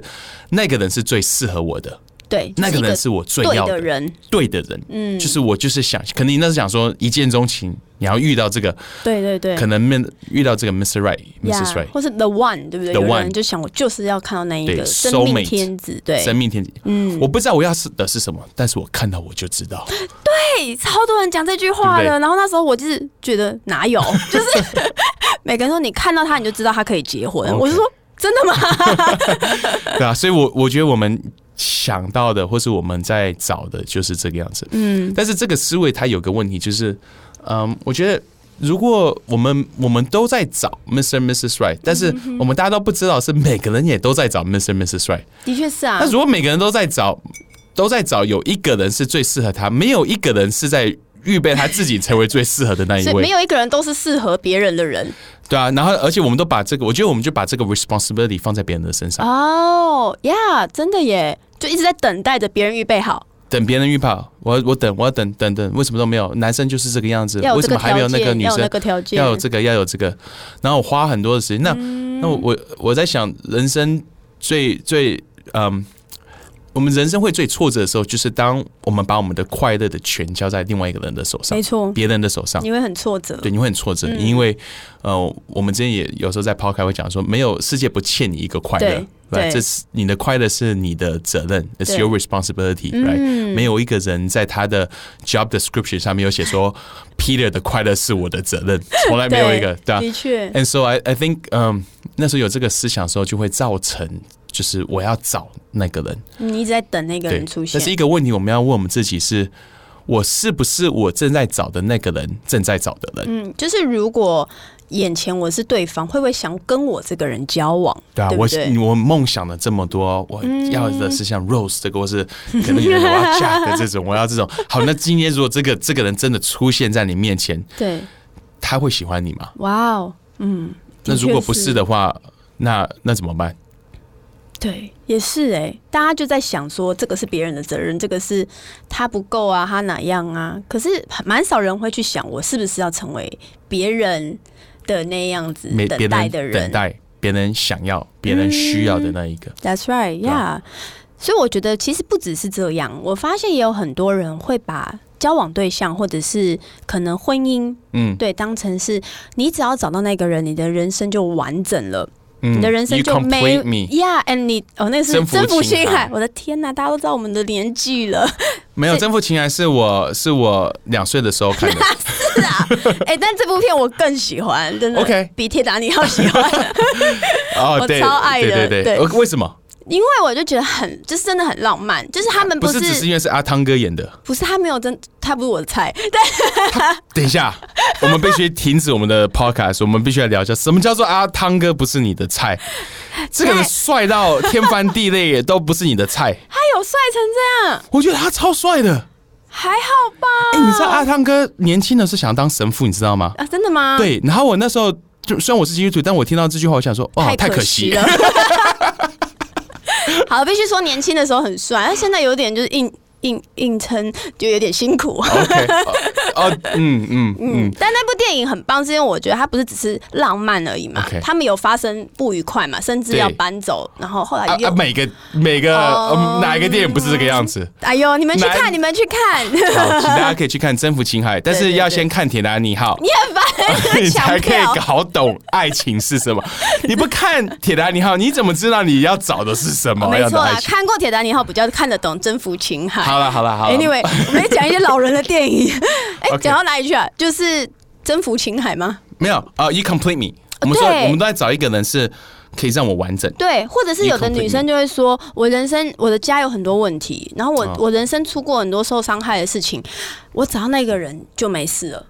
[SPEAKER 1] 那个人是最适合我的，
[SPEAKER 2] 对，
[SPEAKER 1] 那个人是我
[SPEAKER 2] 就
[SPEAKER 1] 最
[SPEAKER 2] 一个
[SPEAKER 1] 要
[SPEAKER 2] 对
[SPEAKER 1] 的
[SPEAKER 2] 的人，
[SPEAKER 1] 对的人，嗯，就是我就是想，可能你那时候想说一见钟情，你要遇到这个，
[SPEAKER 2] 对对对，
[SPEAKER 1] 可能面遇到这个 Mr. Right、Mrs. Right，
[SPEAKER 2] 或是 the one，对不对
[SPEAKER 1] The
[SPEAKER 2] 有的
[SPEAKER 1] one
[SPEAKER 2] 人就想我就是要看到那一
[SPEAKER 1] 对
[SPEAKER 2] 个生
[SPEAKER 1] soulmate
[SPEAKER 2] 命天子，对，
[SPEAKER 1] 生命天机，嗯，我不知道我要是的是什么，但是我看到我就知道，
[SPEAKER 2] 对，超多人讲这句话
[SPEAKER 1] 对不
[SPEAKER 2] 的。
[SPEAKER 1] 对
[SPEAKER 2] 然后那时候我就是觉得 哪有，就是 每个人说你看到他你就知道他可以结婚，
[SPEAKER 1] OK
[SPEAKER 2] 我就说真的吗？
[SPEAKER 1] 对啊，所以我我觉得我们想到的，或是我们在找的，就是这个样子。嗯，但是这个思维它有个问题，就是，嗯，我觉得如果我们我们都在找 Mr. Mrs. Right，但
[SPEAKER 2] 嗯
[SPEAKER 1] 是我们大家都不知道是每个人也都在找 Mr. Mrs. Right。
[SPEAKER 2] 的确是啊
[SPEAKER 1] 那，如果每个人都在找，都在找有一个人是最适合他，没有一个人是在。预备他自己成为最适合的那一
[SPEAKER 2] 所以没
[SPEAKER 1] 位，
[SPEAKER 2] 有一个人都是适合别人的人
[SPEAKER 1] 对啊，然后而且我们都把这个，我觉得我们就把这个 responsibility 放在别人的身上，
[SPEAKER 2] 哦呀，真的耶，就一直在等待着别人预备好，
[SPEAKER 1] 等别人预跑，我我等我要等等等，为什么都没有？男生就是这个样子，
[SPEAKER 2] 要有
[SPEAKER 1] 为
[SPEAKER 2] 这
[SPEAKER 1] 什
[SPEAKER 2] 个
[SPEAKER 1] 么还
[SPEAKER 2] 条
[SPEAKER 1] 没有
[SPEAKER 2] 件，
[SPEAKER 1] 那个女
[SPEAKER 2] 要有那
[SPEAKER 1] 生？
[SPEAKER 2] 个条件，
[SPEAKER 1] 要有这个，要有这个。然后我花很多的时间。那、
[SPEAKER 2] 嗯
[SPEAKER 1] 那我我我在想，人生最最嗯，我们人生会最挫折的时候，就是当我们把我们的快乐的权交在另外一个人的手上
[SPEAKER 2] 没，错，
[SPEAKER 1] 别人的手上。
[SPEAKER 2] 你会很挫折，
[SPEAKER 1] 对，你会很挫折，
[SPEAKER 2] 嗯
[SPEAKER 1] 因为呃，我们之前也有时候在抛开会讲说，没有世界不欠你一个快乐
[SPEAKER 2] 对。
[SPEAKER 1] right？
[SPEAKER 2] 对
[SPEAKER 1] 这是你的快乐是你的责任，It's
[SPEAKER 2] 对嗯
[SPEAKER 1] your responsibility，right？、没有一个人在他的 job description 上面有写 说 Peter 的快乐是我的责任，从来没有一个，对啊。
[SPEAKER 2] 的确，
[SPEAKER 1] And so I I think，嗯、那时候有这个思想的时候，就会造成就是我要找那个人，
[SPEAKER 2] 你一直在等那个
[SPEAKER 1] 对
[SPEAKER 2] 人出，
[SPEAKER 1] 但
[SPEAKER 2] 现
[SPEAKER 1] 是，一个问题，我们要问我们自己是：我是不是我正在找的那个人正在找的人？
[SPEAKER 2] 嗯，就是如果眼前我是对方，会不会想跟我这个人交往？
[SPEAKER 1] 对啊，
[SPEAKER 2] 对不
[SPEAKER 1] 我
[SPEAKER 2] 对
[SPEAKER 1] 我梦想了这么多，我要的是像 Rose 这个，或是可能有人我要 Jack 这种，我要这种。好，那今天如果这个这个人真的出现在你面前，
[SPEAKER 2] 对，
[SPEAKER 1] 他会喜欢你吗？
[SPEAKER 2] 哇哦，嗯，
[SPEAKER 1] 那
[SPEAKER 2] 的确
[SPEAKER 1] 如果不是，的话，那那怎么办？
[SPEAKER 2] 对，也是哎、大家就在想说这个是别人的责任，这个是他不够啊，他哪样啊？可是蛮少人会去想，我是不是要成为别人的那样子
[SPEAKER 1] 没别
[SPEAKER 2] 等待
[SPEAKER 1] 人
[SPEAKER 2] 的嗯
[SPEAKER 1] 等待别人想要、别人需要的那一个，
[SPEAKER 2] That's right, yeah. 所以我觉得其实不只是这样，我发现也有很多人会把交往对象或者是可能婚姻，
[SPEAKER 1] 嗯
[SPEAKER 2] 对，当成是你只要找到那个人，你的人生就完整了，
[SPEAKER 1] 嗯
[SPEAKER 2] 你的人生
[SPEAKER 1] You
[SPEAKER 2] 就没
[SPEAKER 1] complete me，
[SPEAKER 2] ，Yeah，and 你哦，那个是
[SPEAKER 1] 征服
[SPEAKER 2] 征服
[SPEAKER 1] 情
[SPEAKER 2] 心
[SPEAKER 1] 海
[SPEAKER 2] 海，我的天呐，大家都知道我们的年纪了，
[SPEAKER 1] 没有《征服情人》是我是我两岁的时候 看的，
[SPEAKER 2] 哎、但这部片我更喜欢，真的
[SPEAKER 1] OK
[SPEAKER 2] 比《铁达尼号》喜 欢，
[SPEAKER 1] 哦，
[SPEAKER 2] 我
[SPEAKER 1] 对
[SPEAKER 2] 超爱的
[SPEAKER 1] 对对对，
[SPEAKER 2] 对
[SPEAKER 1] 呃为什么？
[SPEAKER 2] 因为我就觉得很，就是真的很浪漫，就是他们
[SPEAKER 1] 不
[SPEAKER 2] 不
[SPEAKER 1] 是
[SPEAKER 2] 是
[SPEAKER 1] 只是因为是阿汤哥演的。
[SPEAKER 2] 不是他没有真，他不是我的菜，
[SPEAKER 1] 等一 下，我们必须停止我们的 podcast，我们必须来聊一下什么叫做阿汤哥不是你的菜。这个人帅到天翻地裂，也都不是你的菜。
[SPEAKER 2] 他有帅成这样，
[SPEAKER 1] 我觉得他超帅的。
[SPEAKER 2] 还好吧？
[SPEAKER 1] 哎、你知道阿汤哥年轻的时候想当神父，你知道吗？
[SPEAKER 2] 啊，真的吗？，
[SPEAKER 1] 对。然后我那时候就虽然我是基督徒，但我听到这句话，我想说，哇，哦太
[SPEAKER 2] 太
[SPEAKER 1] 可
[SPEAKER 2] 可
[SPEAKER 1] 惜
[SPEAKER 2] 惜了。好，必须说年轻的时候很帅，但现在有点就是硬硬硬撑就有点辛苦。
[SPEAKER 1] OK，哦，哦嗯嗯
[SPEAKER 2] 嗯
[SPEAKER 1] 嗯，，
[SPEAKER 2] 但那部电影很棒，是因为我觉得它不是只是浪漫而已嘛
[SPEAKER 1] OK
[SPEAKER 2] 他们有发生不愉快嘛，甚至
[SPEAKER 1] 对
[SPEAKER 2] 要搬走，然后后来
[SPEAKER 1] 啊
[SPEAKER 2] 又、
[SPEAKER 1] 啊，每个每个
[SPEAKER 2] 哦
[SPEAKER 1] 嗯哪一个电影不是这个样子？
[SPEAKER 2] 哎呦，你们去
[SPEAKER 1] 哪
[SPEAKER 2] 看，你们去看，
[SPEAKER 1] 好，请大家可以去看《征服情海》，但
[SPEAKER 2] 对
[SPEAKER 1] 是
[SPEAKER 2] 对
[SPEAKER 1] 要
[SPEAKER 2] 对
[SPEAKER 1] 先看《铁达尼号》。
[SPEAKER 2] 你很烦，
[SPEAKER 1] 你
[SPEAKER 2] 抢
[SPEAKER 1] 才可以
[SPEAKER 2] 票。
[SPEAKER 1] 搞懂爱情是什么。 你不看《铁达尼号》，你怎么知道你要找的是什么
[SPEAKER 2] 哦没
[SPEAKER 1] 样
[SPEAKER 2] 错
[SPEAKER 1] 的爱
[SPEAKER 2] 啦，
[SPEAKER 1] 情？
[SPEAKER 2] 看过《铁达尼号》比较看得懂《征服情海》。
[SPEAKER 1] 好了好了好了
[SPEAKER 2] Anyway，我们在讲一些老人的电 影。哎、
[SPEAKER 1] OK
[SPEAKER 2] 讲到哪里去啊？就是《征服情海》吗？
[SPEAKER 1] 没有啊、y o u complete me。我们说，
[SPEAKER 2] 对
[SPEAKER 1] 我们都在找一个人是可以让我完整。
[SPEAKER 2] 对，或者是有的
[SPEAKER 1] You complete
[SPEAKER 2] 女生就会说，我人生我的家有很多问题，然后我、
[SPEAKER 1] 哦
[SPEAKER 2] 我人生出过很多受伤害的事情，我找到那个人就没事了。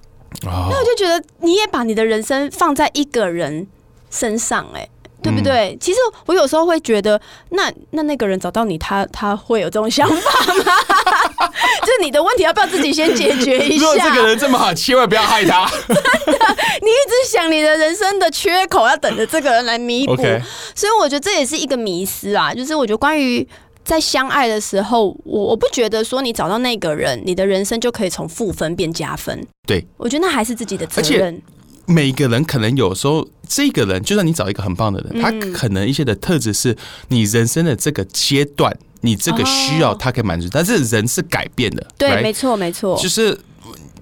[SPEAKER 1] 哦
[SPEAKER 2] 那我就觉得你也把你的人生放在一个人身上、哎。对不对？
[SPEAKER 1] 嗯
[SPEAKER 2] 其实我有时候会觉得，那那那个人找到你，他他会有这种想法吗？ 就是你的问题，要不要自己先解决一
[SPEAKER 1] 如
[SPEAKER 2] 下？
[SPEAKER 1] 果这个人这么好，千万不要害 他。
[SPEAKER 2] 你一直想你的人生的缺口，要等着这个人来弥补。
[SPEAKER 1] OK
[SPEAKER 2] 所以我觉得这也是一个迷思啊，就是我觉得关于。在相爱的时候，我我不觉得说你找到那个人，你的人生就可以从负分变加分。
[SPEAKER 1] 对，
[SPEAKER 2] 我觉得那还是自己的责
[SPEAKER 1] 而且
[SPEAKER 2] 任。
[SPEAKER 1] 每个人可能有时候，这个人就算你找一个很棒的人，
[SPEAKER 2] 嗯
[SPEAKER 1] 他可能一些的特质是你人生的这个阶段，你这个需要
[SPEAKER 2] 哦
[SPEAKER 1] 他可以满足，但是人是改变的，
[SPEAKER 2] 对
[SPEAKER 1] right？
[SPEAKER 2] 没错，没错。
[SPEAKER 1] 就是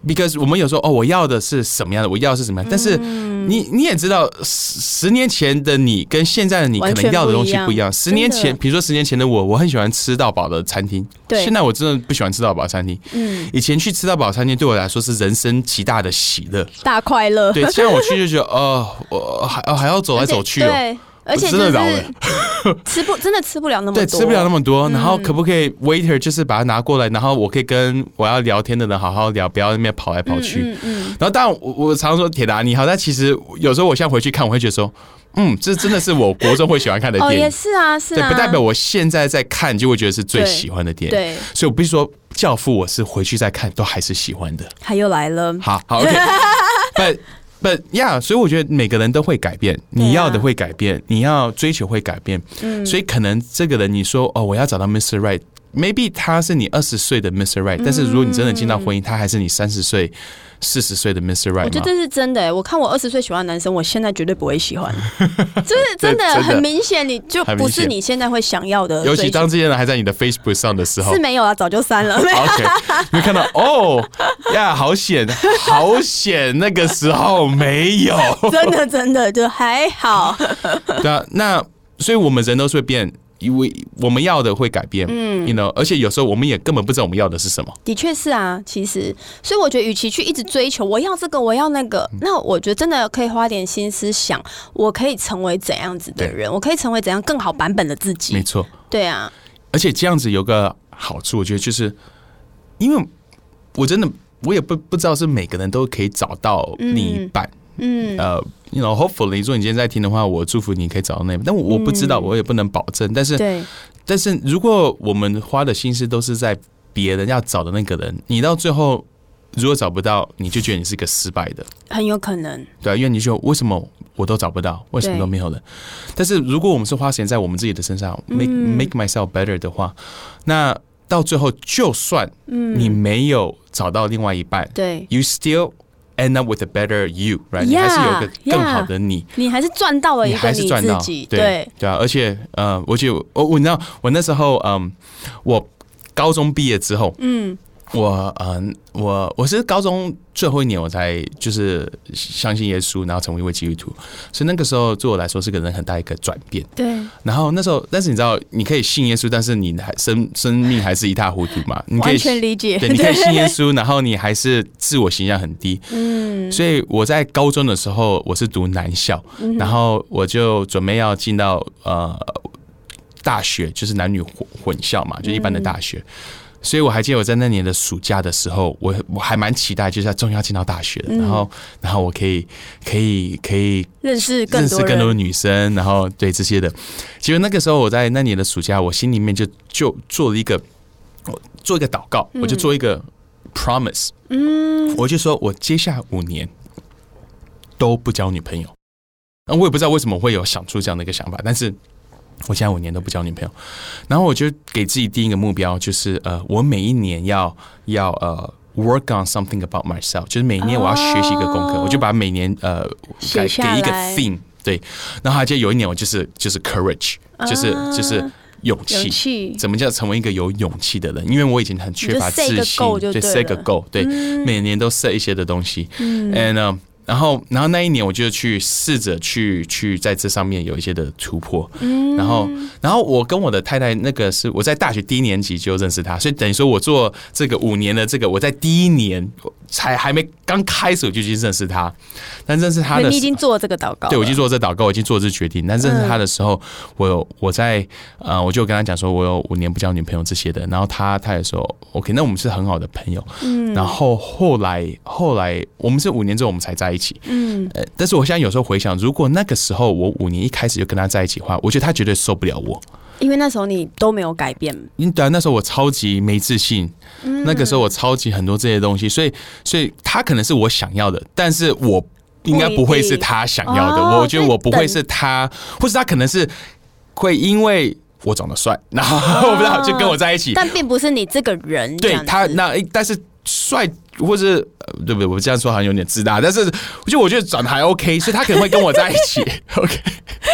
[SPEAKER 1] because 我们有时候哦，我要的是什么样的，我要的是什么样的，但是
[SPEAKER 2] 嗯
[SPEAKER 1] 你你也知道，十十年前的你跟现在的你可
[SPEAKER 2] 完全
[SPEAKER 1] 能要的东西
[SPEAKER 2] 不
[SPEAKER 1] 不
[SPEAKER 2] 一样
[SPEAKER 1] 一样。十年
[SPEAKER 2] 嗯真
[SPEAKER 1] 前，
[SPEAKER 2] 的
[SPEAKER 1] 比如说十年前的我，我很喜欢吃到饱的餐厅，
[SPEAKER 2] 对
[SPEAKER 1] 现在我真的不喜欢吃到饱餐厅。
[SPEAKER 2] 嗯，
[SPEAKER 1] 以前去吃到饱餐厅对我来说是人生极大的喜乐，
[SPEAKER 2] 大快乐。
[SPEAKER 1] 对，现在我去就觉得哦，我还哦还要走来
[SPEAKER 2] 而且
[SPEAKER 1] 走去哦。
[SPEAKER 2] 对，而且就
[SPEAKER 1] 真的
[SPEAKER 2] 是
[SPEAKER 1] 老了
[SPEAKER 2] 吃不真的吃不了那么多，嗯
[SPEAKER 1] 对，吃不了那么多，然后可不可以 waiter 就是把它拿过来，然后我可以跟我要聊天的人好好聊，不要在那边跑来跑去。
[SPEAKER 2] 嗯嗯，
[SPEAKER 1] 然后当然我我常说铁达尼号，但其实有时候我现在回去看，我会觉得说，嗯，这真的是我国中会喜欢看的
[SPEAKER 2] 嗯哦，
[SPEAKER 1] 电影，
[SPEAKER 2] 也是啊，是
[SPEAKER 1] 对，
[SPEAKER 2] 啊，
[SPEAKER 1] 不代表我现在在看就会觉得是最
[SPEAKER 2] 对
[SPEAKER 1] 喜欢的电影，
[SPEAKER 2] 对，
[SPEAKER 1] 所以我必须说，《教父》我是回去再看都还是喜欢的。
[SPEAKER 2] 他又来了。
[SPEAKER 1] 好好，OK，but but yeah，所以我觉得每个人都会改变，
[SPEAKER 2] 啊
[SPEAKER 1] 你要的会改变，你要追求会改变，
[SPEAKER 2] 嗯
[SPEAKER 1] 所以可能这个人你说哦，我要找到 Mr. Right。Maybe 他是你二十岁的 Mr. Right，、但是如果你真的进到婚姻，他还是你三十岁、四十岁的 Mr. Right
[SPEAKER 2] 我觉
[SPEAKER 1] 吗
[SPEAKER 2] 得这是真的、欸，我看我二十岁喜欢的男生，我现在绝对不 会喜欢，就是
[SPEAKER 1] 对真
[SPEAKER 2] 真的
[SPEAKER 1] 的
[SPEAKER 2] 很明显，你就
[SPEAKER 1] 很
[SPEAKER 2] 不
[SPEAKER 1] 明
[SPEAKER 2] 是
[SPEAKER 1] 显
[SPEAKER 2] 你现在会想要的追求。
[SPEAKER 1] 尤其当这些人还在你的 Facebook 上的时候
[SPEAKER 2] 是没有啊，早就删 了。
[SPEAKER 1] ，OK，你会看到哦呀，好险，好险，那个时候没有。
[SPEAKER 2] 真的真的就还好，
[SPEAKER 1] 对啊，那所以我们人都是会变，因为我们要的会改变，嗯，you know，而且有时候我们也根本不知道我们要的是什么。
[SPEAKER 2] 的确是啊。其实，所以我觉得，与其去一直追求我要这个，我要那个，
[SPEAKER 1] 嗯
[SPEAKER 2] 那我觉得真的可以花点心思想，我可以成为怎样子的
[SPEAKER 1] 对
[SPEAKER 2] 人，我可以成为怎样更好版本的自
[SPEAKER 1] 没
[SPEAKER 2] 己。
[SPEAKER 1] 错，
[SPEAKER 2] 对啊，
[SPEAKER 1] 而且这样子有个好处，我觉得就是，因为我真的我也不不知道是每个人都可以找到另一半，
[SPEAKER 2] 嗯，
[SPEAKER 1] 呃，you know，hopefully，如果你今天在听的话，我祝福你可以找到那一半，但我我不知道，我也不能保证，但是
[SPEAKER 2] 嗯对，
[SPEAKER 1] 但是如果我们花的心思都是在别人要找的那个人，你到最后如果找不到，你就觉得你是个失败的。
[SPEAKER 2] 很有可能。
[SPEAKER 1] 对啊，因为你就为什么我都找不到，为什么都没有人？但是如果我们是花时间在我们自己的身上、m
[SPEAKER 2] 嗯
[SPEAKER 1] a k e make myself better 的话，那到最后就算你没有找到另外一半、
[SPEAKER 2] 嗯对
[SPEAKER 1] y o u still end up with a better you，right？、你还是有一
[SPEAKER 2] Yeah,
[SPEAKER 1] 个更好的你。
[SPEAKER 2] 你还是赚到了一
[SPEAKER 1] 你
[SPEAKER 2] 个
[SPEAKER 1] 还
[SPEAKER 2] 你
[SPEAKER 1] 是赚到
[SPEAKER 2] 自己，，
[SPEAKER 1] 对对啊，而且呃，我记得我我你知道我那时候嗯，我高中毕业之后，
[SPEAKER 2] 嗯，
[SPEAKER 1] 我嗯、我我是高中最后一年我才就是相信耶稣，然后成为一位基督徒，所以那个时候对我来说是个人很大一个转变。
[SPEAKER 2] 对，
[SPEAKER 1] 然后那时候，但是你知道，你可以信耶稣，但是你还生生命还是一塌糊涂嘛？你可以
[SPEAKER 2] 完全理解，
[SPEAKER 1] 对，你可以信耶稣，然后你还是自我形象很低。嗯，所以我在高中的时候，我是读男校，然后我就准备要进到呃大学，就是男女混混校嘛，就一般的大学。所以我还记得我在那年的暑假的时候，我我还蛮期待，就是要终于要进到大学了，然后然后我可以可以可以
[SPEAKER 2] 认识更
[SPEAKER 1] 认
[SPEAKER 2] 多
[SPEAKER 1] 识
[SPEAKER 2] 人，
[SPEAKER 1] 更多的女生，然后对这些的。其实那个时候我在那年的暑假，我心里面就就做了一个我做一个祷告，
[SPEAKER 2] 嗯
[SPEAKER 1] 我就做一个 promise，嗯，我就说我接下来五年都不交女朋友。那我也不知道为什么会有想出这样的一个想法，但是我现在五年都不交女朋友，然后我就给自己定一个目标，就是呃，我每一年要要呃 work on something about myself，就是每一年我要学习一个功课，
[SPEAKER 2] 哦
[SPEAKER 1] 我就把每年呃
[SPEAKER 2] 写
[SPEAKER 1] 给给
[SPEAKER 2] 下
[SPEAKER 1] 一个
[SPEAKER 2] 来
[SPEAKER 1] theme，对，然后还记得有一年我就是就是 courage，就是、就是
[SPEAKER 2] 啊
[SPEAKER 1] 勇
[SPEAKER 2] 勇
[SPEAKER 1] 气，
[SPEAKER 2] 气，
[SPEAKER 1] 怎么叫成为一个有勇气的人？因为我以前很缺乏
[SPEAKER 2] 你就 set 一
[SPEAKER 1] 自
[SPEAKER 2] 个
[SPEAKER 1] 信
[SPEAKER 2] goal，就对
[SPEAKER 1] set 个
[SPEAKER 2] 了嗯
[SPEAKER 1] goal，对，每年都 set 一些的东西。嗯，and、um, 然后然后那一年我就去试着去去在这上面有一些的突破。嗯，然后然后我跟我的太太那个是我在大学第一年级就认识她，所以等于说我做这个五年的这个，我在第一年才还没刚开始我就去认识她，但认识她
[SPEAKER 3] 因为
[SPEAKER 1] 的
[SPEAKER 3] 你已经做这个祷告了，
[SPEAKER 1] 对，我已经做这祷告，我已经做这决定。但认识他的时候，我有我在呃，我就跟他讲说，我有五年不交女朋友这些的。然后他他也说 OK，那我们是很好的朋友。嗯。然后后来后来我们是五年之后我们才在一起。嗯。呃，但是我现在有时候回想，如果那个时候我五年一开始就跟他在一起的话，我觉得他绝对受不了我。
[SPEAKER 2] 因为那时候你都没有改变，
[SPEAKER 1] 因为对啊，那时候我超级没自信，
[SPEAKER 3] 嗯
[SPEAKER 1] 那个时候我超级很多这些东西，所以所以他可能是我想要的，但是我应该不会是他想要的。
[SPEAKER 2] 不一定
[SPEAKER 1] 我觉得
[SPEAKER 2] 哦
[SPEAKER 1] 我不会
[SPEAKER 2] 所以
[SPEAKER 1] 是他，或是他可能是会因为我长得帅，然后 我不知道就跟我在一起。
[SPEAKER 3] 哦但并不是你这个人这
[SPEAKER 1] 对
[SPEAKER 3] 样子。
[SPEAKER 1] 他那但是帅或是呃对不对？我这样说好像有点自大，但是就我觉得长得还 OK，所以他可能会跟我在一起。OK，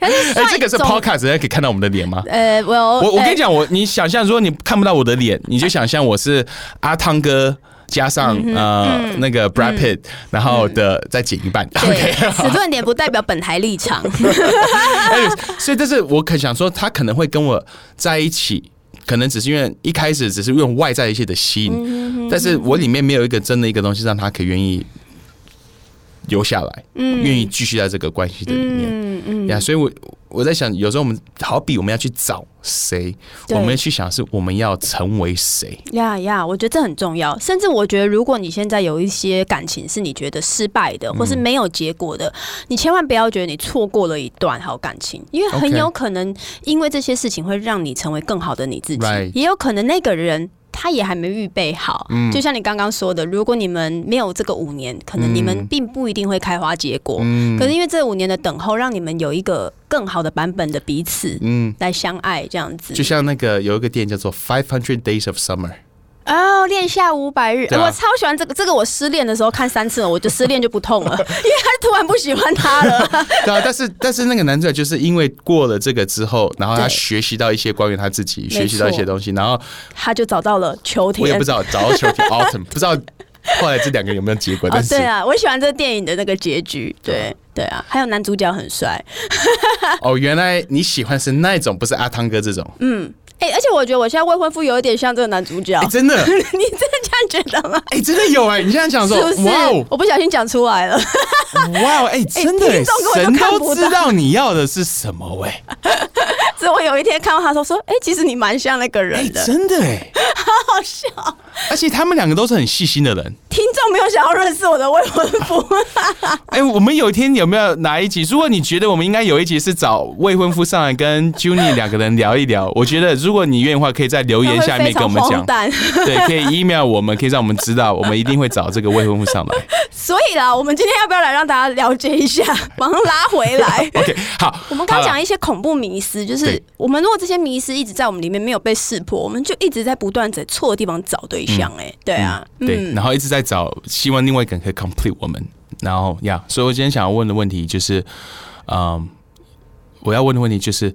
[SPEAKER 3] 可是帅
[SPEAKER 1] 哎、这个是
[SPEAKER 3] 总
[SPEAKER 1] Podcast，人家可以看到我们的脸吗？
[SPEAKER 3] 呃，我
[SPEAKER 1] 我
[SPEAKER 3] 我
[SPEAKER 1] 我跟你，讲，我你想象如果你看不到我的脸，你就想象我是阿汤哥加上
[SPEAKER 2] 嗯
[SPEAKER 1] 呃那个 Brad Pitt，然后的再减一半。
[SPEAKER 3] 呃
[SPEAKER 1] OK，
[SPEAKER 3] 对，此论点不代表本台立场。
[SPEAKER 1] 哎所以但是我可想说，他可能会跟我在一起。可能只是因为一开始只是用外在一些的吸
[SPEAKER 2] 嗯
[SPEAKER 1] 引，但是我里面没有一个真的一个东西让他可以愿意留下来，愿意继续在这个关系的里面。
[SPEAKER 2] 嗯嗯，
[SPEAKER 1] 呀、所以我我在想，有时候我们好比我们要去找谁，
[SPEAKER 2] 对
[SPEAKER 1] 我们去想是我们要成为谁。
[SPEAKER 2] 呀呀，我觉得这很重要。甚至我觉得，如果你现在有一些感情是你觉得失败的，或是
[SPEAKER 1] 嗯
[SPEAKER 2] 没有结果的，你千万不要觉得你错过了一段好感情，因为很
[SPEAKER 1] OK
[SPEAKER 2] 有可能因为这些事情会让你成为更好的你自己
[SPEAKER 1] Right 嗯
[SPEAKER 2] 也有可能那个人。他也还没预备好，就像你刚刚说的，如果你们没有这个五年，可能你们
[SPEAKER 1] 嗯
[SPEAKER 2] 并不一定会开花结果。可是因为这五年的等候，让你们有一个更好的版本的彼此
[SPEAKER 1] 嗯，
[SPEAKER 2] 来相爱，这样子。
[SPEAKER 1] 就像那个有一个店叫做 Five Hundred Days of Summer，
[SPEAKER 2] 哦，恋夏五百日、
[SPEAKER 1] 对啊
[SPEAKER 2] 我超喜欢这个，这个我失恋的时候看三次了，我就失恋就 不痛了，因为他突然不喜欢他了。
[SPEAKER 1] 对啊，但是 但是那个男主角就是因为过了这个之后，然后他
[SPEAKER 2] 对
[SPEAKER 1] 学习到一些关于他自己，
[SPEAKER 2] 错
[SPEAKER 1] 学习到一些东西，然后
[SPEAKER 2] 他就找到了秋
[SPEAKER 1] 我也
[SPEAKER 2] 天
[SPEAKER 1] 不。知道找到秋天 Autumn，不知道后来这两个有没有结果，
[SPEAKER 2] 哦
[SPEAKER 1] 但，是、
[SPEAKER 2] 对啊，我喜欢这电影的那个结局，
[SPEAKER 1] 嗯
[SPEAKER 2] 对对啊，还有男主角很帅，
[SPEAKER 1] 哦，原来你喜欢是那一种，不是阿汤哥这种，
[SPEAKER 2] 哎、而且我觉得我现在未婚夫有一点像这个男主角，
[SPEAKER 1] 哎、真的，
[SPEAKER 2] 你真的这样觉得吗？
[SPEAKER 1] 哎、真的有哎、你现在讲
[SPEAKER 2] 是
[SPEAKER 1] 说，
[SPEAKER 2] 不是
[SPEAKER 1] 哇哦？
[SPEAKER 2] 我不小心讲出来了，
[SPEAKER 1] 哇哦，哎、真的、
[SPEAKER 2] 听众根本
[SPEAKER 1] 神
[SPEAKER 2] 就看不
[SPEAKER 1] 都
[SPEAKER 2] 到
[SPEAKER 1] 知道你要的是什么哎、
[SPEAKER 2] 所以我有一天看到他说说，哎、其实你蛮像那个
[SPEAKER 1] 哎、
[SPEAKER 2] 人的，
[SPEAKER 1] 真的哎、
[SPEAKER 2] 好好笑。
[SPEAKER 1] 而且他们两个都是很细心的人。
[SPEAKER 2] 听众没有想要认识我的未婚 夫，
[SPEAKER 1] 哎、我们有一天有没有哪一集？如果你觉得我们应该有一集是找未婚夫上来跟 Juni 两个人聊一聊，我觉得如果你愿意的话，可以在留言下
[SPEAKER 2] 他会
[SPEAKER 1] 面
[SPEAKER 2] 非
[SPEAKER 1] 跟我
[SPEAKER 2] 常
[SPEAKER 1] 们讲
[SPEAKER 2] 荒，诞。
[SPEAKER 1] 对，可以 email 我们，可以让我们知道，我们一定会找这个未婚夫上 来。？
[SPEAKER 2] 所以啦，我们今天要不要来让大家了解一 下，马上拉回来
[SPEAKER 1] OK，好，
[SPEAKER 2] 我们刚
[SPEAKER 1] 好
[SPEAKER 2] 刚
[SPEAKER 1] 了
[SPEAKER 2] 讲一些恐怖迷思，就是
[SPEAKER 1] 对
[SPEAKER 2] 我们如果这些迷思一直在我们里面没有被识破，我们就一直在不断在错的地方找对象、哎、对啊，
[SPEAKER 1] 对，
[SPEAKER 2] 嗯，
[SPEAKER 1] 然后一直在找，希望另外一个人可以 complete 我们。然后呀所以我今天想要问的问题就是，嗯，我要问的问题就是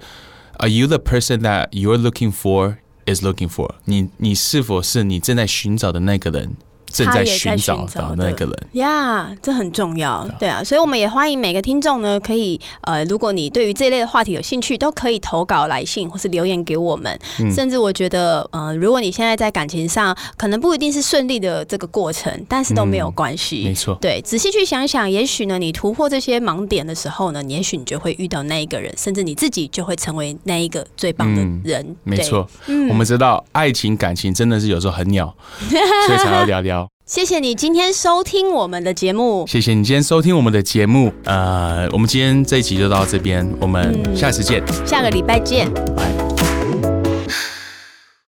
[SPEAKER 1] ，Are you the person that you're looking for is looking for？你你是否是你正在寻找的那个人，正
[SPEAKER 2] 他
[SPEAKER 1] 在
[SPEAKER 2] 也在
[SPEAKER 1] 寻找
[SPEAKER 2] 寻找
[SPEAKER 1] 的
[SPEAKER 2] 的
[SPEAKER 1] 那个人？
[SPEAKER 2] 呀这很重要，对啊，所以我们也欢迎每个听众呢，可以呃，如果你对于这类的话题有兴趣，都可以投稿来信或是留言给我们。
[SPEAKER 1] 嗯
[SPEAKER 2] 甚至我觉得，呃，如果你现在在感情上可能不一定是顺利的这个过程，但是都没有关系，
[SPEAKER 1] 嗯没错
[SPEAKER 2] 对，仔细去想想，也许呢，你突破这些盲点的时候呢，你也许你就会遇到那一个人，甚至你自己就会成为那一个最棒的
[SPEAKER 1] 嗯
[SPEAKER 2] 人。
[SPEAKER 1] 没
[SPEAKER 2] 对，嗯
[SPEAKER 1] 错，我们知道爱情感情真的是有时候很 鸟，所以才要聊聊。
[SPEAKER 2] 谢谢你今天收听我们的节目，
[SPEAKER 1] 谢谢你今天收听我们的节目，
[SPEAKER 2] 嗯
[SPEAKER 1] 呃，我们今天这一集就到这边，我们下次见，
[SPEAKER 2] 下个礼拜见，
[SPEAKER 1] 拜。